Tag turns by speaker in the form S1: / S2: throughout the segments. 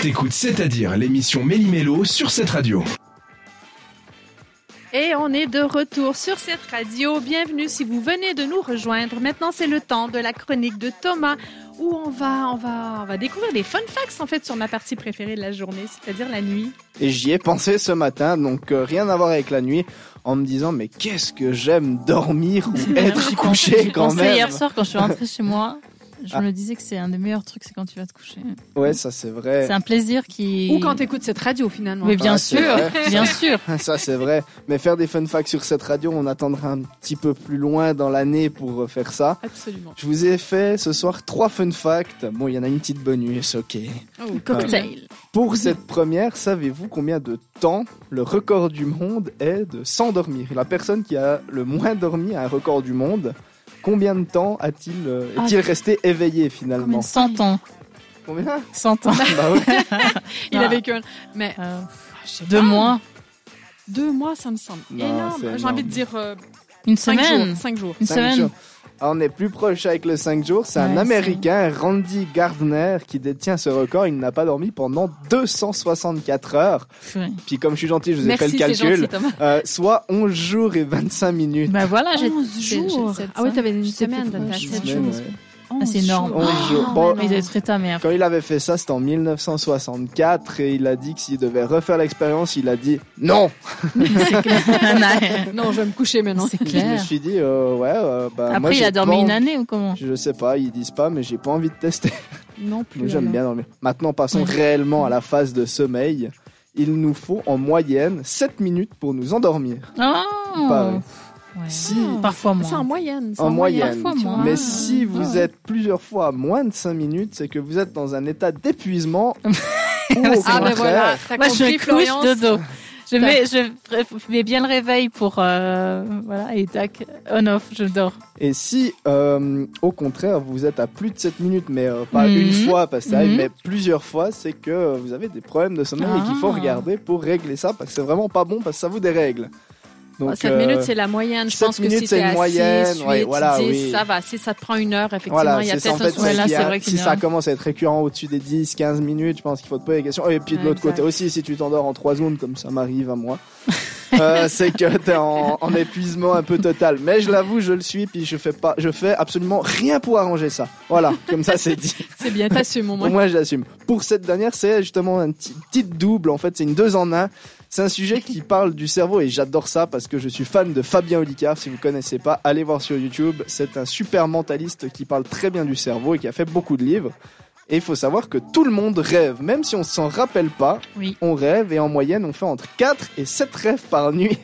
S1: T'écoutes C'est-à-dire l'émission Méli-Mélo sur cette radio.
S2: Et on est de retour sur cette radio. Bienvenue si vous venez de nous rejoindre. Maintenant, c'est le temps de la chronique de Thomas où on va, on va, on va découvrir des fun facts en fait sur ma partie préférée de la journée, c'est-à-dire la nuit.
S3: Et j'y ai pensé ce matin, donc euh, rien à voir avec la nuit, en me disant mais qu'est-ce que j'aime dormir ou être couché quand
S4: pensé
S3: même. Ah.
S4: hier soir quand je suis rentrée chez moi. Je me disais que c'est un des meilleurs trucs, c'est quand tu vas te coucher.
S3: Ouais, ça c'est vrai.
S4: C'est un plaisir qui.
S2: Ou quand t'écoutes cette radio finalement.
S4: Mais bien
S3: Ah, c'est
S4: sûr,
S3: vrai.
S4: bien sûr.
S3: Ça c'est vrai. Mais faire des fun facts sur cette radio, on attendra un petit peu plus loin dans l'année pour euh, faire ça.
S2: Absolument.
S3: Je vous ai fait ce soir trois fun facts. Bon, il y en a une petite bonus, ok.
S2: Oh,
S4: Cocktail.
S3: Pour cette première, savez-vous combien de temps le record du monde est de s'endormir La personne qui a le moins dormi a un record du monde. Combien de temps a-t-il euh,
S4: Ah,
S3: est-il resté éveillé finalement
S4: 100 ans.
S3: Combien
S4: 100 ans.
S3: Bah ouais.
S2: Il Ah.
S4: Ah.
S2: a vécu un... Mais
S4: Euh,
S2: je sais
S4: deux
S2: pas,
S4: mois.
S2: Deux mois, ça me semble
S3: Non, c'est
S2: énorme. J'ai
S3: énorme.
S2: envie de dire euh,
S4: Une
S2: cinq
S4: semaine.
S2: jours. Cinq jours.
S4: Une
S3: Cinq
S4: semaine.
S3: jours. Ah, on est plus proche avec le 5 jours. C'est
S4: Ouais,
S3: un
S4: c'est-
S3: Américain, Randy Gardner, qui détient ce record. Il n'a pas dormi pendant 264 heures.
S4: Purée.
S3: Puis comme je suis gentil, je vous ai
S2: Merci,
S3: fait le
S2: c'est gentil
S3: calcul.
S2: Thomas.
S3: Euh, soit 11 jours et 25 minutes.
S4: Bah voilà, j'ai.
S2: 11
S4: j'ai-
S2: jours.
S4: j'ai sept
S2: Ah oui,
S4: semaines.
S2: t'avais une
S4: Je sais plus
S2: semaine,
S4: pourquoi,
S2: t'as
S4: je
S2: sept
S4: sais
S3: semaines,
S4: plus.
S3: ouais.
S4: Ah, c'est énorme.
S3: Onze jours.
S2: Ah,
S3: Bon,
S2: mais
S4: Il
S2: non.
S4: est très ta mère.
S3: Quand il avait fait ça, c'était en 1964 et il a dit que s'il devait refaire l'expérience, il a dit non.
S2: Non, je vais me coucher maintenant.
S4: C'est
S3: Je me
S4: clair.
S3: suis dit euh, ouais, euh, bah moi,
S4: Après, il
S3: j'ai
S4: a dormi
S3: pas
S4: une
S3: envie-
S4: année ou comment
S3: Je sais pas, ils disent pas, mais j'ai pas envie de tester.
S2: Non plus.
S3: Moi, j'aime
S2: alors.
S3: bien dormir. Maintenant, passons
S4: Oui.
S3: réellement à la phase de sommeil. Il nous faut en moyenne 7 minutes pour nous endormir. Pas
S4: Oh.
S3: vrai.
S4: Ouais.
S3: Si,
S4: Parfois
S2: C'est
S4: moins.
S2: en moyenne. c'est
S3: en moyenne.
S4: parfois
S2: tu
S4: moins.
S2: vois.
S3: Mais
S4: Ah,
S3: si vous
S4: ouais.
S3: êtes plusieurs fois à moins de 5 minutes, c'est que vous êtes dans un état d'épuisement. ou au
S2: Ah ben
S3: contraire,
S2: voilà, t'as
S4: Moi, je
S2: compris
S4: me
S2: Florian.
S4: couche dodo. Je mets, je pré- mets bien le réveil pour euh, voilà et tac on off je dors.
S3: Et si, euh, au contraire, vous êtes à plus de 7 minutes, mais euh, pas
S4: Mhm.
S3: une fois, parce que ça arrive,
S4: Mhm.
S3: mais plusieurs fois, c'est que euh, vous avez des problèmes de sommeil et qu'il faut
S4: Ah.
S3: regarder pour régler ça, parce que c'est vraiment pas bon, parce que ça vous dérègle. Donc,
S4: Bah,
S2: 7
S3: euh,
S2: minutes, c'est la moyenne. Je
S3: sept
S2: pense que
S3: minutes,
S2: si
S3: c'est
S2: t'es
S3: une
S2: à
S3: moyenne,
S2: 6, 8,
S3: ouais, voilà,
S2: 10,
S3: oui.
S2: ça va. Si ça te prend une heure, effectivement,
S3: Voilà,
S2: il y a
S3: c'est ça, en
S2: peut-être
S3: fait,
S2: un
S4: Ouais,
S2: souci.
S3: c'est
S4: là,
S3: qu'il y a-
S4: c'est vrai qu'il
S3: si
S4: y a
S3: ça
S4: un-
S3: commence à être récurrent au-dessus des 10, 15 minutes, je pense qu'il faut te poser la question. Et puis de
S2: Ouais,
S3: l'autre côté
S2: exact.
S3: aussi, si tu t'endors en 3 secondes, comme ça m'arrive à moi, euh, c'est que t'es en, en épuisement un peu total. Mais je l'avoue, je le suis, puis je fais pas, je fais absolument rien pour arranger ça. Voilà, comme ça c'est dit.
S2: C'est bien, t'assumes au
S3: Moi,
S2: moins.
S3: moi je l'assume. Pour cette dernière, c'est justement un petit petit double. En fait, c'est une deux en un. C'est un sujet qui parle du cerveau et j'adore ça parce que je suis fan de Fabien Olicard. Si vous connaissez pas, allez voir sur YouTube. C'est un super mentaliste qui parle très bien du cerveau et qui a fait beaucoup de livres. Et il faut savoir que tout le monde rêve, même si on s'en rappelle pas,
S4: Oui.
S3: on rêve et en moyenne on fait entre 4 et 7 rêves par nuit.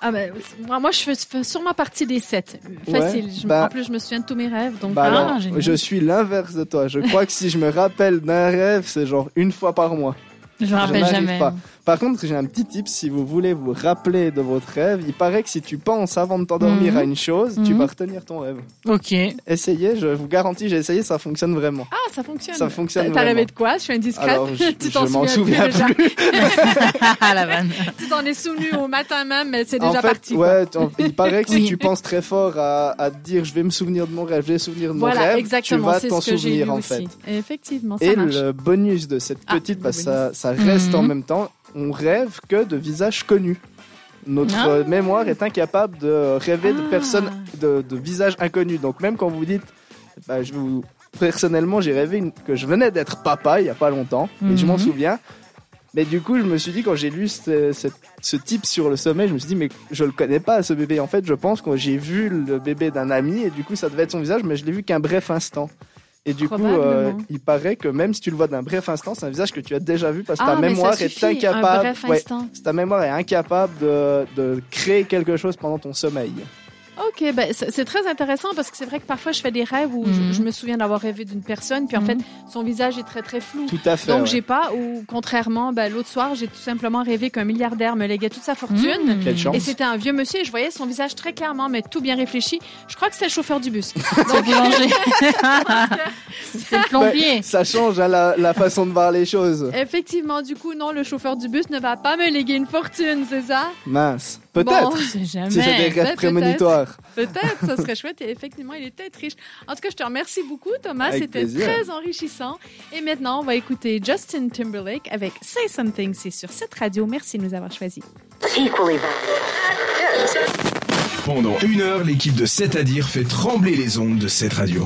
S2: Ah ben, moi, moi, je fais- fais sûrement partie des 7.
S3: Ouais,
S2: Facile. Je-
S3: bah-
S2: en plus, je me souviens de tous mes rêves. Donc, hein.
S3: Bah
S4: Ah,
S3: alors,
S4: génial.
S3: je suis l'inverse de toi. Je crois que si je me rappelle d'un rêve, c'est genre une fois par mois.
S4: Je me rappelle
S3: n'arrive
S4: jamais.
S3: pas. Par contre, j'ai un petit tip si vous voulez vous rappeler de votre rêve. Il paraît que si tu penses avant de t'endormir
S4: Mhm.
S3: à une chose, tu
S4: Mhm.
S3: vas retenir ton rêve.
S4: Ok.
S3: Essayez, je vous garantis, j'ai essayé, ça fonctionne vraiment.
S2: ah, ça fonctionne.
S3: Ça fonctionne
S2: T'as- T'as rêvé
S3: vraiment.
S2: de quoi Je suis indiscrète.
S3: Alors, je,
S2: tu
S3: je
S2: t'en
S3: m'en
S2: souviens
S3: souviens
S2: déjà.
S3: plus.
S4: Ah la vanne.
S2: tu t'en es souvenu au matin même, mais c'est
S3: En
S2: déjà
S3: fait,
S2: parti. quoi.
S3: ouais, t'en- il paraît que si
S4: Oui.
S3: tu penses très fort à, à te dire je vais me souvenir de mon rêve, je vais me souvenir de mon
S2: Voilà,
S3: rêve, tu
S2: exactement.
S3: vas
S2: C'est
S3: t'en
S2: ce que j'ai
S3: souvenir
S2: lu
S3: en
S2: aussi.
S3: fait.
S2: Effectivement, ça
S3: Et
S2: marche.
S3: le bonus de cette
S2: Ah,
S3: petite,
S2: le
S3: parce que ça,
S2: bonus.
S3: ça reste en
S4: Mhm.
S3: même temps, on rêve que de visages connus. Notre
S4: Ah.
S3: euh, mémoire est incapable de rêver de
S2: Ah.
S3: personnes, de, de visages inconnus. Donc même quand vous dites, bah, je vous, personnellement, j'ai rêvé une- que je venais d'être papa il y a pas longtemps, et je m'en
S4: Mhm.
S3: souviens. Mais du coup, je me suis dit, quand j'ai lu ce, ce- ce type sur le sommet, je me suis dit, mais je le connais pas, ce bébé. En fait, je pense que j'ai vu le bébé d'un ami, et du coup, ça devait être son visage, mais je l'ai vu qu'un bref instant. Et du coup, euh,
S2: Probablement.
S3: il paraît que même si tu le vois d'un bref instant, c'est un visage que tu as déjà vu parce que
S2: ah,
S3: ta
S2: mais
S3: mémoire
S2: ça
S3: est
S2: suffit, Un
S3: incapable.
S2: bref
S3: ouais,
S2: instant.
S3: ta mémoire est incapable de, de créer quelque chose pendant ton sommeil.
S2: Ok, ben, c'est c'est très intéressant parce que c'est vrai que parfois je fais des rêves où je-
S4: Mhm.
S2: je, me souviens d'avoir rêvé d'une personne, puis en fait
S4: Hmm.
S2: son visage est très très flou.
S3: Mhm. Tout à fait.
S2: Donc
S3: ouais.
S2: j'ai pas, ou contrairement, ben, l'autre soir j'ai tout simplement rêvé qu'un milliardaire me léguait toute sa fortune.
S4: Mmh.
S3: Quelle chance.
S2: Et c'était un vieux monsieur et je voyais son visage très clairement, mais tout bien réfléchi. Je crois que c'est le chauffeur du bus.
S4: C'est le boulanger. C'est le plombier.
S3: Ça change hein, la, la façon de voir les choses.
S2: Effectivement, du coup, non, le chauffeur du bus ne va pas me léguer une fortune, c'est ça
S3: Mince. Peut-être.
S2: Bon,
S4: C'est jamais.
S3: Si c'est des
S2: ben,
S3: rêves
S2: peut-être.
S3: prémonitoires.
S2: Peut-être, ça serait chouette. Et effectivement, il est peut-être riche. En tout cas, je te remercie beaucoup, Thomas.
S3: Avec
S2: C'était
S3: plaisir.
S2: très enrichissant. Et maintenant, on va écouter Justin Timberlake avec Say Something. C'est sur cette radio. Merci de nous avoir choisis.
S5: equally valuable.
S1: Pendant une heure, l'équipe de 7 à dire fait trembler les ondes de cette radio.